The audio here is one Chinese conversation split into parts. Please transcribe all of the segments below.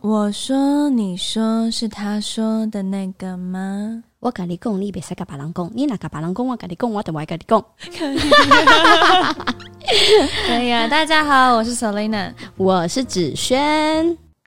我说你说是他说的那个吗？我甲你讲，你袂使甲别人讲，你若甲别人讲，我甲你讲，我就袂甲你讲。 可以啊，大家好，我是 Selina。我是子轩，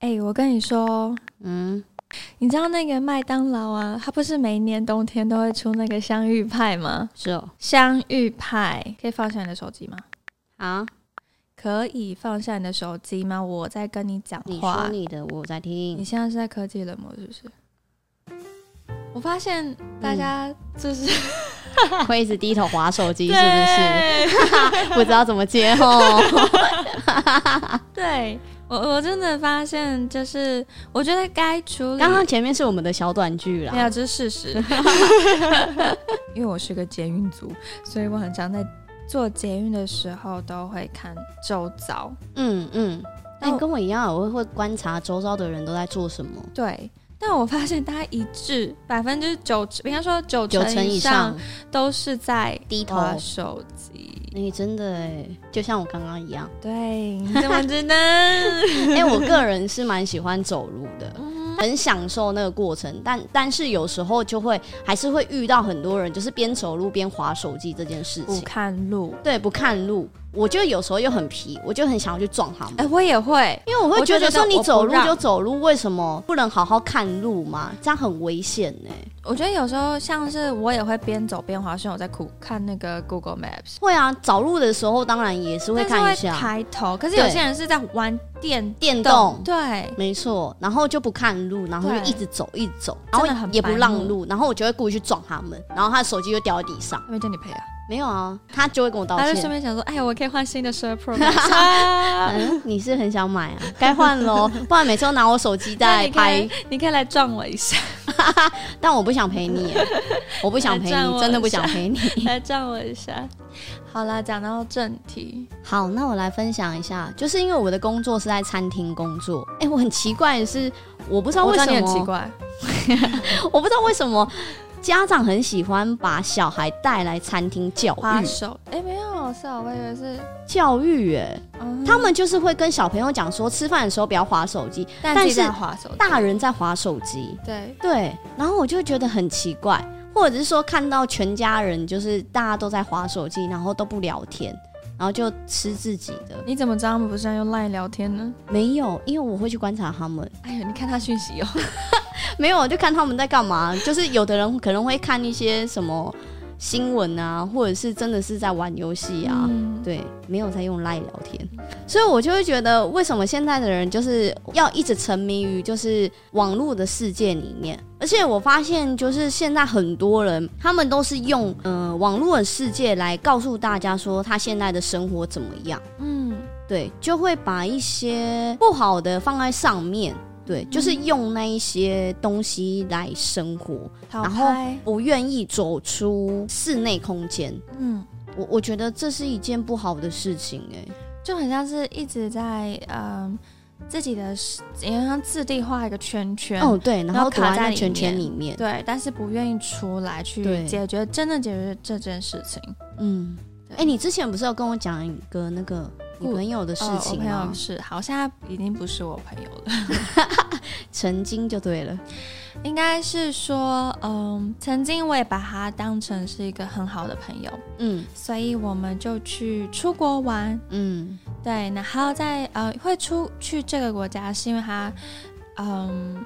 哎、我跟你说，嗯，你知道那个麦当劳啊，它不是每一年冬天都会出那个香芋派吗？是哦，香芋派可以放下你的手机吗？好，可以放下你的手机吗？我在跟你讲你说话。你的，我在你 听。现在是在科技冷漠是不是？我发现大家就是、会一直低头划手机，是不是？对 不知道怎么接哦。对我我真的发现，就是我觉得该处理刚刚前面是我们的小短剧没啦，有，这是事实。 因为我是个捷运族，所以我很常在做捷运的时候都会看周遭。嗯嗯。那我但跟我一样，我会观察周遭的人都在做什么，对，但我发现大家一致百分之九，应该说九九成成以上上。都是在低头划手机。你真的哎，就像我刚刚一样。对，你怎么知道？ 哎，我嗯个人是蛮喜欢走路的，很享受那个过程，但但是有时候就会还是会遇到很多人，就是边走路边划手机这件事 不情。看路。对，不看路，我就有时候又很皮，我就很想要去撞他们。哎、我也会，因为我会我就觉得觉得说，你我走不路让就走路，为什么不能好好看路嘛？这样很危险欸呢、我觉得有时候像是我也会边走边划，虽然我在苦看那个 Google Maps，会啊，找路的时候当然也是会但是看一会下抬头，可是有对些人是在玩电电动动，对，没错，然后就不看路，然后就对一直走，一直走，真然后的很哦也不白让目路，然后我就会故意去撞他们，然后他的手机就掉在地上。他没叫你赔啊，没有啊，他就会跟我道他就顺歉。便想说，哎呀，我可以换新的 Surf Pro Max 啊。 嗯，你是很想买啊？ 该换喽，不然每次都拿我手机那在你可拍以，，你可以来撞我一下， 但我不想陪你耶，我不想陪来撞哎你，我真的不一下想陪你。来撞我一下。好啦，讲到正题， 好，那我来分享一下，就是因为我的工作是在餐厅工作，哎、我很奇怪的是，我不知道我知为道什你么，很奇怪，我不知道为什么家长很喜欢把小孩带来餐厅教花育，手，哎、没有，是啊，我以为是，教育、哎，嗯、他们就是会跟小朋友讲说，吃饭的时候不要划手机，但但自己在是滑手机，大人在划手机，对，对，然后我就觉得很奇怪，或者是说看到全家人就是大家都在划手机，然后都不聊天，然后就吃自己的，你怎么知道他们不是在用 LINE 聊天呢？没有，因为我会去观察他们。 哎呦，你看他讯息哦，没有，就看他们在干嘛。就是有的人可能会看一些什么新闻啊，或者是真的是在玩游戏啊。嗯，对，没有在用 LINE 聊天，所以我就会觉得，为什么现在的人就是要一直沉迷于就是网络的世界里面？而且我发现，就是现在很多人他们都是用呃网络的世界来告诉大家说他现在的生活怎么样。嗯，对，就会把一些不好的放在上面，对，就是用那一些东西来生活，好然后拍，不愿意走出室内空间。嗯，我我觉得这是一件不好的事情、欸就很像是一直在嗯自己的世，也像自地画一个圈哎，圈，哦对，然然后后躲卡在在那里圈圈面里面，对，但是不愿意出来去对解决真正解决这件事情。嗯，对哎、你之前不是有跟我讲一个那个你故朋友的事哦我情朋吗友？是好，现在已经不是我朋友了， 曾经就对了，应该是说，嗯，曾经我也把他当成是一个很好的朋友，嗯所以我们就去出国玩，嗯对，然后在呃会出去这个国家，是因为他，嗯，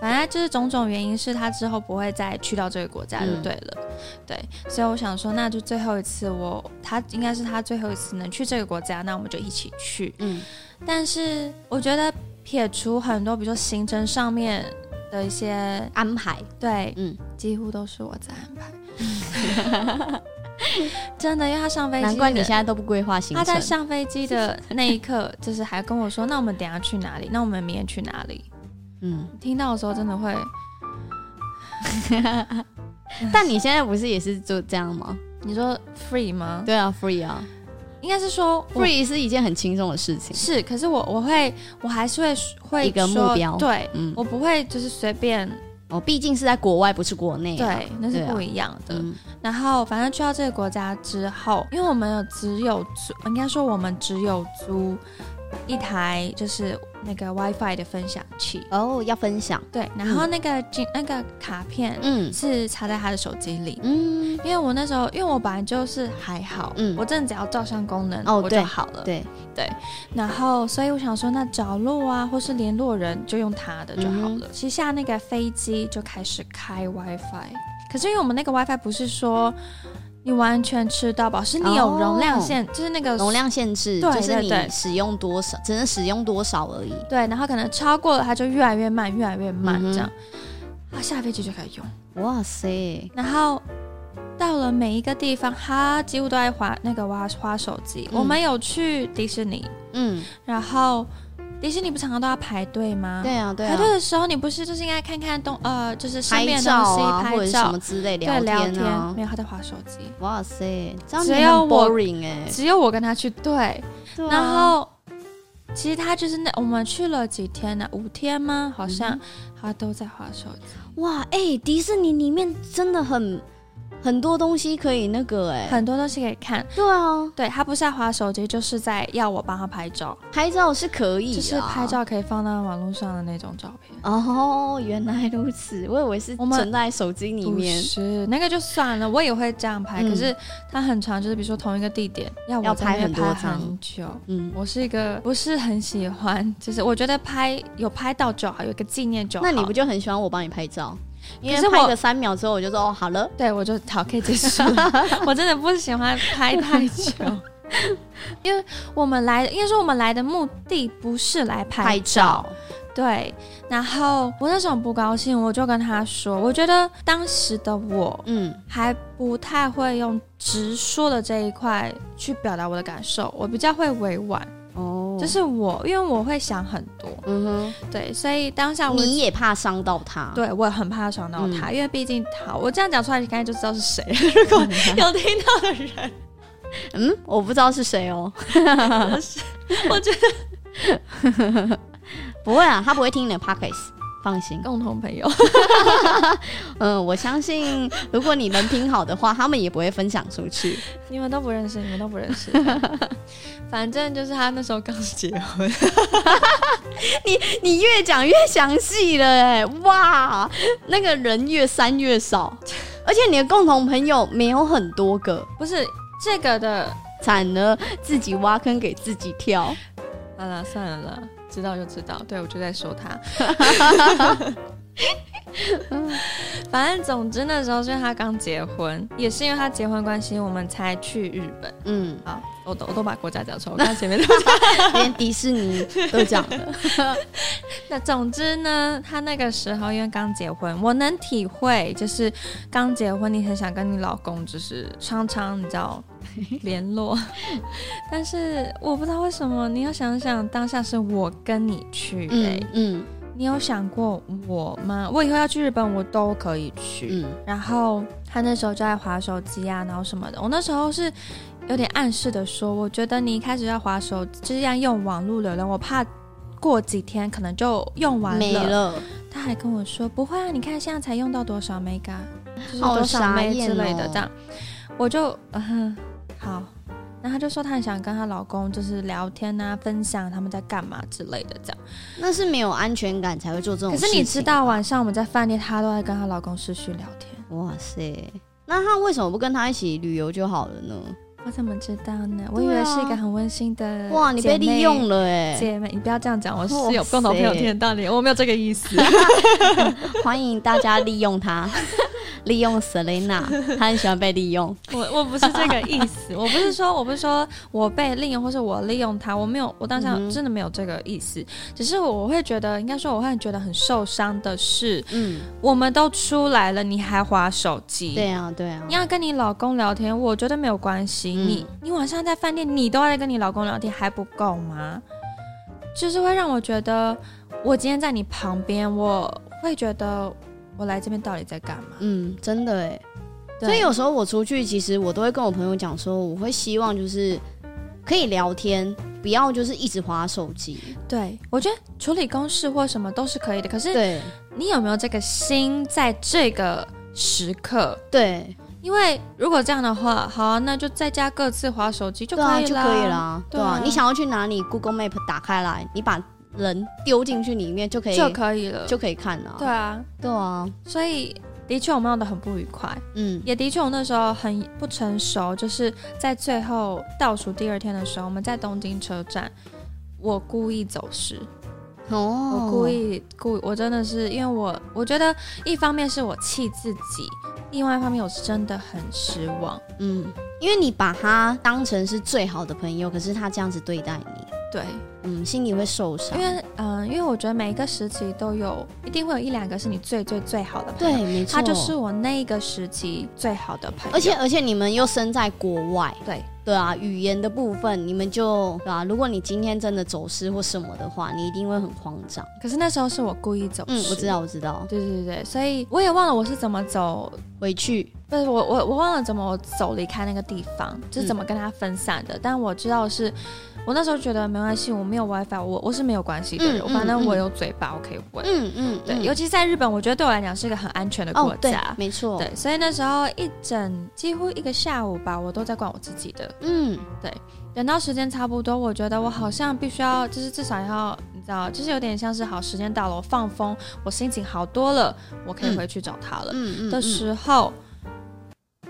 反正就是种种原因，是他之后不会再去到这个国家就嗯对了，对，所以我想说，那就最后一次我，他应该是他最后一次能去这个国家，那我们就一起去。嗯，但是我觉得撇除很多，比如说行程上面的一些，安排，对，嗯，几乎都是我在安排。 真的，因为他上飞机的，嗯难怪你现在都不规划行他在程。上飞机的 那一刻，就是还跟我说：“那我们等一下去哪里？那我们明天去哪里 嗯，？”听到的时候真的会， 但你现在不是也是就这样吗？你说 free 吗？对啊，free 啊应该是说我，free 是一件很轻松的事情。是，可是我我会，我还是会会一个目说标对。嗯，我不会就是随便我毕竟是在国外，不是国内、啊。对，那是对啊不一样的。嗯然后反正去到这个国家之后，因为我们有只有租，应该说我们只有租一台就是那个 WiFi 的分享器，哦，要分享，对，然后那个金、那个卡片嗯是插在他的手机里。嗯，因为我那时候，因为我本来就是还好，嗯我真的只要照相功能、哦我对就好了。对，然后，所以我想说，那找路啊，或是联络人，就用他的就好嗯了。其实下那个飞机就开始开 WiFi，可是因为我们那个 WiFi 不是说你完全吃到饱，是你有容量限，就是那个哦容量限制呃对就是对你对使用多少，只能使用多少而已。对，然后可能超过了它就越来越慢，越来越慢嗯哼这样。啊，下飞机就可以用，哇塞，然后。到了每一个地方，他几乎都在滑那个挖花手机。嗯我们有去迪士尼，嗯，然后迪士尼不常常都要排队吗？对啊，对排啊，队的时候，你不是就是应该看看东呃，就是身拍边的照东西，啊或者拍是什照么，之类对，聊天啊。没有他在划手机，哇塞，这样只你很有我 boring 哎、只有我跟他去对，对啊然后其实他就是那我们去了几天呢？五天吗？好像、嗯他都在划手机，哇哎、迪士尼里面真的很很多东西可以那个哎、很多东西可以看。对啊，对他不是在划手机，就是在要我帮他拍照，拍照是可以、啊，就是拍。照可以放到网络上的那种照片。哦，原来如此，我以为是我们存在手机里面不。是那个就算了，我也会这样拍，嗯可是他很长，就是比如说同一个地点要要我在拍那边很多拍张很久。嗯，我是一个不是很喜欢，就是我觉得拍有拍到就好，有个纪念就好。那你不就很喜欢我帮你拍照？因可是为我拍个三秒之后，我就说哦，好了。对我就好可以结束 了？我真的不喜欢拍太久，因为我们来，应该说我们来的目的不是来拍拍照，对。然后我那时候很不高兴，我就跟他说，我觉得当时的我嗯，还不太会用直说的这一块去表达我的感受，我比较会委婉，哦，就是我因为我会想很多，嗯对，所以当下哼，我你也怕伤到他，对我也很怕伤到他，因为毕竟好，我这样讲出来，你刚才就知道是谁。如果有听到的人，嗯，我不知道是谁哦，我觉得 不会啊，他不会听你的 podcast，放心。共同朋友，嗯，我相信如果你们听好的话，他们也不会分享出去。 你们都不认识，你们都不认识。 反正就是他那时候刚结婚，你越讲越详细了、哎，哇，那个人越删越少，而且你的共同朋友没有很多个，不是这个的。惨了，自己挖坑给自己跳。好了，算了啦，知道就知道。对我就在说他，反正总之那时候是因为他刚结婚，也是因为他结婚关系，我们才去日本。嗯，好，我都我都把国家讲错，我刚前面都连迪士尼都讲 了，那总之呢，他那个时候因为刚结婚，我能体会，就是刚结婚，你很想跟你老公就是常常你知道联络，但是我不知道为什么，你要想想当下是我跟你去、欸，嗯嗯你有想过我吗？我以后要去日本，我都可以去。嗯，然后他那时候就在划手机啊，然后什么的。我那时候是有点暗示的说，我觉得你一开始要划手，就是这样用网络流量，我怕过几天可能就用完了。没了，他还跟我说不会啊，你看现在才用到多少 mega，就是好多少傻 m 眼之类的哦这样，我就嗯哼好。然后她就说她很想跟她老公就是聊天啊，分享他们在干嘛之类的这样。那是没有安全感才会做这种可事是情。你知道，晚上我们在饭店，她都在跟她老公视讯聊天。哇塞，那他为什么不跟他一起旅游就好了呢？我怎么知道呢？我以为是一个很温馨的哇，你被姐妹利用了哎、姐妹，你不要这样讲，我哇是有共同朋友塞听得到你，我没有这个意思。欢迎大家利用 他，利用 Selena，他很喜欢被利用。 我我不是这个意思，我不是说我不是说我被利用或是我利用他，我没有，我当下嗯哼真的没有这个意思，只是我会觉得，应该说我会觉得很受伤的是，嗯，我们都出来了，你还划手机，对啊，对啊你，要跟你老公聊天，我觉得没有关系。嗯你你晚上在饭店，你都在跟你老公聊天，还不够吗？就是会让我觉得，我今天在你旁边，我会觉得我来这边到底在干嘛？嗯，真的哎。对所以有时候我出去，其实我都会跟我朋友讲说，我会希望就是可以聊天，不要就是一直划手机。对我觉得处理公事或什么都是可以的，可是对你有没有这个心在这个时刻？对，因为如果这样的话，好啊、那就在家各自划手机就对啊，可以就啦，可以啦。对对啊啊，你想要去哪里，Google Map 打开来，你把人丢进去里啊面就可以就可以了。就可以看了、啊。对啊，对啊，所以的确我们闹得很不愉快，嗯也的确我那时候很不成熟，就是在最后倒数第二天的时候，我们在东京车站，我故意走失。哦，我故意故意，我真的是因为我我觉得一方面是我气自己，另外一方面我是真的很失望。嗯，因为你把他当成是最好的朋友，可是他这样子对待你，对，嗯，心里会受伤因。为嗯、因为我觉得每一个时期都有，一定会有一两个是你最最最好的朋对友，，没错，他就是我那个时期最好的朋友，而且而且你们又身在国外，对对啊，语言的部分你们就对啊，如果你今天真的走失或什么的话，你一定会很慌张。可是那时候是我故意走嗯，失，我知。道，我知道，对对对，所以我也忘了我是怎么走，回去，不是我我我忘了怎么我走离开那个地方，就是嗯怎么跟他分散的。但我知道的是，我那时候觉得没关系，我没有 WiFi，我我是没有关系的人，嗯嗯反正嗯我有嘴巴，我可以问。嗯嗯，对，嗯尤其是在日本，我觉得对我来讲是一个很安全的国哦，对家，。没错，对，所以那时候一整几乎一个下午吧，我都在管我自己的。嗯，等到时间差不多，我觉得我好像必须要，就是至少要，你知道，就是有点像是好时间到了，我放风，我心情好多了，我可以嗯回去找他了。嗯嗯的时候，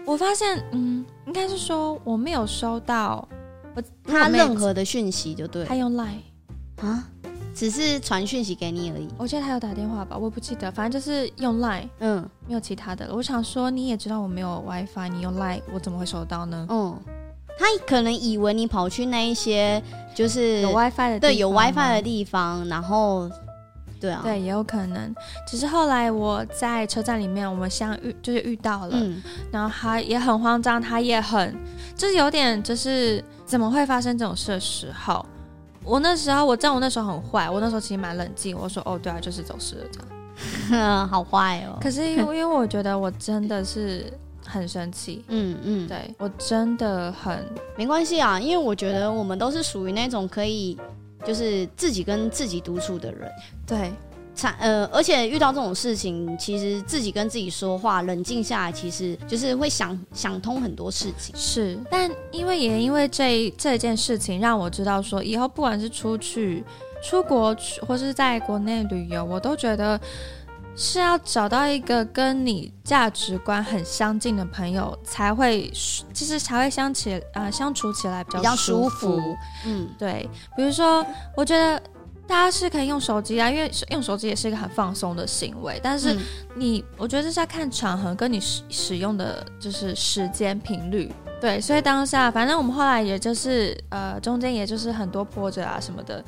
我发现，嗯，应该是说我没有收到我嗯他我没任何的讯息就对了他用 Line，啊，只是传讯息给你而已。我记得他有打电话吧，我也不记得，反正就是用 Line，嗯没有其他的了。我想说，你也知道我没有 WiFi，你用 Line 我怎么会收到呢？嗯，他可能以为你跑去那一些就是有 WiFi 的地对有方 WiFi 的吗地方，然后对啊，对，也有可能。只是后来我在车站里面，我们相遇，就是遇到了，嗯然后他也很慌张，他也很，就是有点就是怎么会发生这种事的时候，我那时候我知道我那时候很坏，我那时候其实蛮冷静，我说哦对啊，就是走失了这样。 好坏哦，可是因为因为我觉得我真的是很生气，嗯嗯，对我真的很没关系啊，因为我觉得我们都是属于那种可以就是自己跟自己独处的人。对产呃，而且遇到这种事情，其实自己跟自己说话，冷静下来，其实就是会想想通很多事情。是，但因为也因为这这件事情让我知道说，以后不管是出去、出国去或是在国内旅游，我都觉得是要找到一个跟你价值观很相近的朋友，才会就是才会相起啊、相处起来比较比较舒舒服嗯，对，比如说，我觉得大家是可以用手机啊，因为用手机也是一个很放松的行为，但是嗯你，我觉得这是要看场合跟你使使用的就是时间频率。对，所以当下，反正我们后来也就是呃，中间也就是很多波折啊什么的，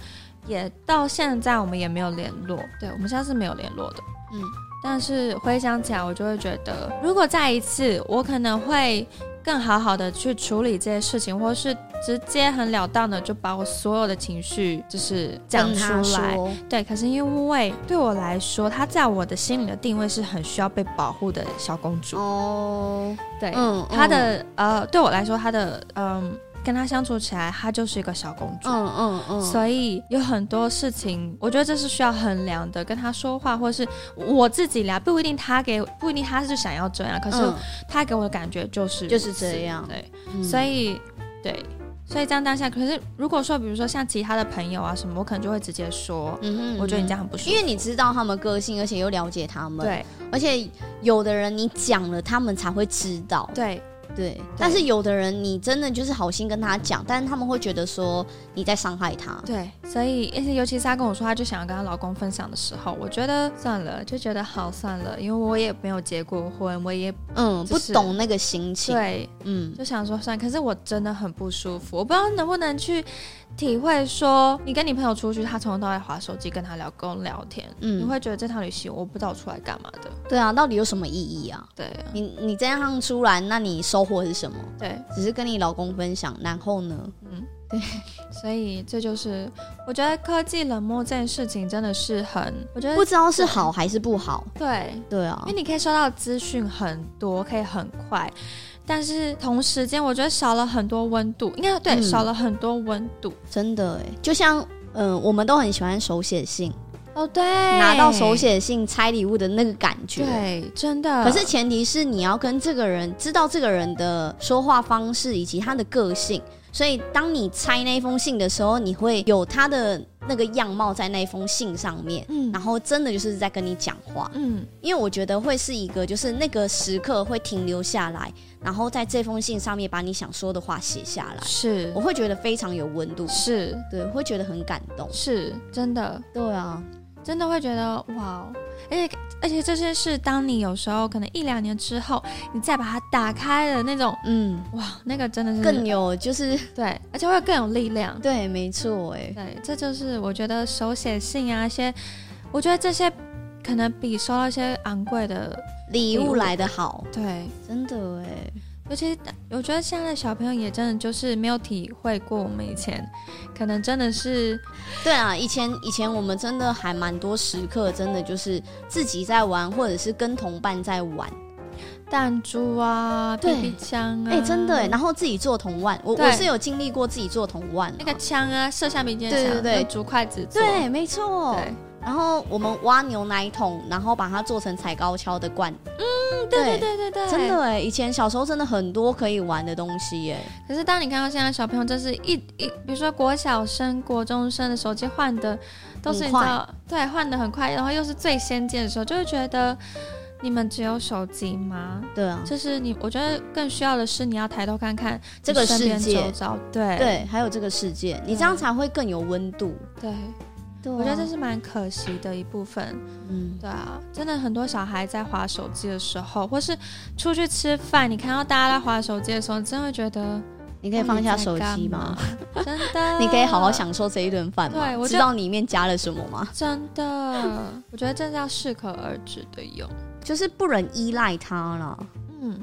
也到现在我们也没有联络。对，我们现在是没有联络的。嗯，但是回想起来，我就会觉得，如果再一次，我可能会更好好的去处理这些事情，或是直接很了当的就把我所有的情绪就是讲跟出他来。说对，可是因为对我来说，她在我的心里的定位是很需要被保护的小公主。哦，对，嗯，她的呃，对我来说，她的嗯，跟她相处起来，她就是一个小公主。嗯，嗯嗯嗯，所以有很多事情，我觉得这是需要衡量的。跟她说话，或是我自己聊，不一定她给，不一定她是想要这样，可是她给我的感觉就是嗯就是如此这样对，嗯所以对，所以这样当下，可是如果说比如说像其他的朋友啊什么，我可能就会直接说，嗯哼我觉得你这嗯样很不舒服，哼因为你知道他们个性，而且又了解他们，，对而且有的人你讲了，他们才会知道，对对，但是有的人你真的就是好心跟他讲，但是他们会觉得说你在伤害他，对，所以而且尤其是她跟我说她就想要跟她老公分享的时候，我觉得算了，就觉得好算了，因为我也没有结过婚，我也嗯，就不是懂那个心情，对，嗯，就想说算了。可是我真的很不舒服，我不知道能不能去体会说，你跟你朋友出去，他从头到尾划手机，跟他聊跟我聊天，嗯你会觉得这趟旅行我不知道我出来干嘛的，对啊，到底有什么意义啊？对啊你你这样出来，那你收获是什么？对。只是跟你老公分享，然后呢？所以这就是我觉得科技冷漠这件事情真的是很，我觉得不知道是好还是不好。对，对啊因为，你可以收到资讯很多，可以很快，但是同时间我觉得少了很多温度，应该对、嗯少了很多温度。真的哎，就像嗯、呃我们都很喜欢手写信，哦，对，拿到手写信拆礼物的那个感觉。对，真的。可是前提是你要跟这个人知道这个人的说话方式以及他的个性，所以当你拆那封信的时候，你会有他的那个样貌在那一封信上面，嗯然后真的就是在跟你讲话，嗯因为我觉得会是一个就是那个时刻会停留下来，然后在这封信上面把你想说的话写下来，是我会觉得非常有温度，是对，会觉得很感动，是真的对啊，真的会觉得哇哦，而且而且这些事，当你有时候可能一两年之后，你再把它打开的那种嗯，哇，那个真的是更有就是对，而且会更有力量。 对，没错，哎，对，这就是我觉得手写信啊，一些我觉得这些可能比收到一些昂贵的礼礼物物来的好，对。真的哎，尤其是我觉得现在的小朋友也真的就是没有体会过我们以前，可能真的是对啊，以前以前我们真的还蛮多时刻，真的就是自己在玩，或者是跟同伴在玩。弹珠啊、对 BB 枪啊，哎、真的哎，然后自己做同腕，我对我是有经历过自己做同腕、啊，那个枪啊，射向民间对墙，对对用竹筷子做，对，哦嗯没错。对然后我们挖牛奶桶，然后把它做成踩高跷的罐。嗯，对对对对对，真的。哎，以前小时候真的很多可以玩的东西哎。可是当你看到现在小朋友，真是一一，比如说国小生、国中生的手机换的都是你很知快道，对，换的很快，然后又是最先进的时候，就会觉得你们只有手机吗？对啊，就是你，我觉得更需要的是你要抬头看看这个你身边世界周遭，对对，还有这个世界，你这样才会更有温度。对，对啊、我觉得这是蛮可惜的一部分。嗯，对啊，真的很多小孩在划手机的时候，或是出去吃饭，你看到大家在划手机的时候，你真的会觉得你可以放下手机吗？？到底在干嘛真的， 你可以好好。享受这一顿饭吗对？我就知道里面加了什么吗？真 的，我觉得这是要适可而止的用。就是不能依赖它了。嗯，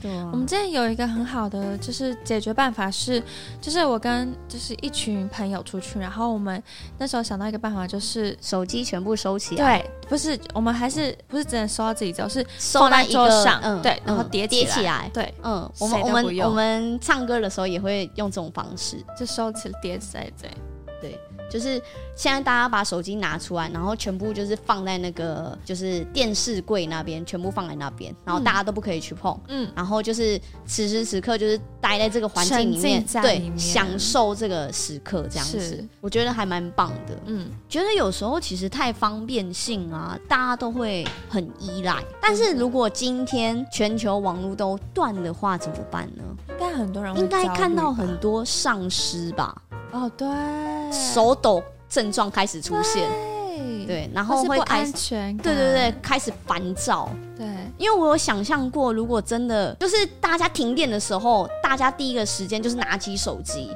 对啊我们之前有一个很好的就是解决办法是，就是我跟就是一群朋友出去，然后我们那时候想到一个办法，就是手机全部收起来，对，不是我们还是不是只能收到自己走，是收在放在一桌个上嗯，对然后嗯叠起叠来起来。对，嗯，我们谁都我不们用我们唱歌的时候也会用这种方式，就收起叠在这里。就是现在大家把手机拿出来，然后全部就是放在那个就是电视柜那边，全部放在那边，然后大家都不可以去碰。嗯，然后就是此时此刻，就是待在这个环境里沉浸面，嗯在对，里面享受这个时刻，这样子是，我觉得还蛮棒的。嗯，觉得有时候其实太方便性啊，大家都会很依赖。嗯但是如果今天全球网络都断的话，怎么办呢？应该很多人会应该焦虑看到吧很多丧尸吧，哦，对，手抖症状开始出现，对，对，然或后是会不开安始，嗯全感，对对对，开始烦躁。对，因为我有想象过，如果真的就是大家停电的时候，大家第一个时间就是拿起手机，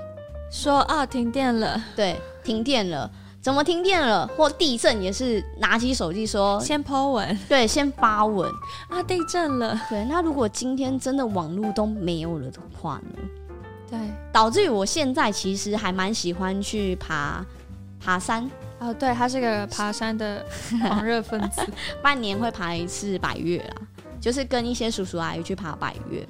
说啊停电了，对，停电了。怎么停电了？或地震也是拿起手机说，先 Po 文对，先发文，啊地震了，对，那如果今天真的网络都没有了的话呢？对，导致于我现在其实还蛮喜欢去爬爬山，哦对，他是个爬山 的狂热分子，半年会爬一次百越啦，就是跟一些叔叔阿姨去爬百越。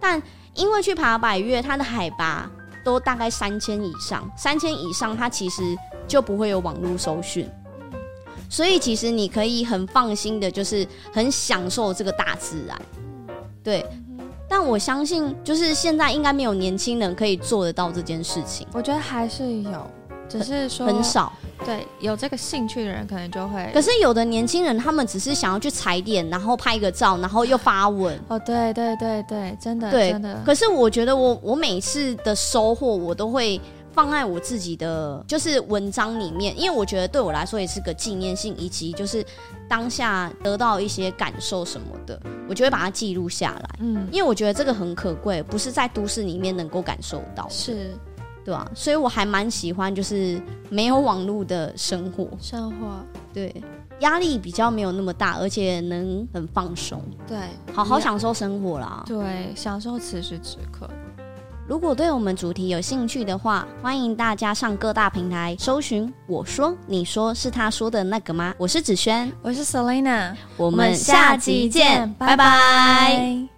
但因为去爬百越，它的海拔都大概三千以上，三千以上它其实就不会有网络搜讯。所以其实你可以很放心的，就是很享受这个大自然，对。但我相信，就是现在应该没有年轻人可以做得到这件事情，我觉得还是有，只是说很，少。对，有这个兴趣的人可能就会可。是有的年轻人，他们只是想要去踩点，然后拍个照，然后又发文。哦，对对对对，真的，对真的，可是我觉得我我每次的收获，我都会放在我自己的就是文章里面，因为我觉得对我来说也是个纪念性，以及就是当下得到一些感受什么的，我就会把它记录下来。嗯，因为我觉得这个很可贵，不是在都市里面能够感受到，是对啊，所以我还蛮喜欢就是没有网络的生活，生活，对，压力比较没有那么大，而且能很放松，对，好好享受生活啦。对，享受此时此刻，如果对我们主题有兴趣的话，欢迎大家上各大平台搜寻“我说你说是他说的那个吗”。我是子轩，我是 Selina，我我们下集见，拜拜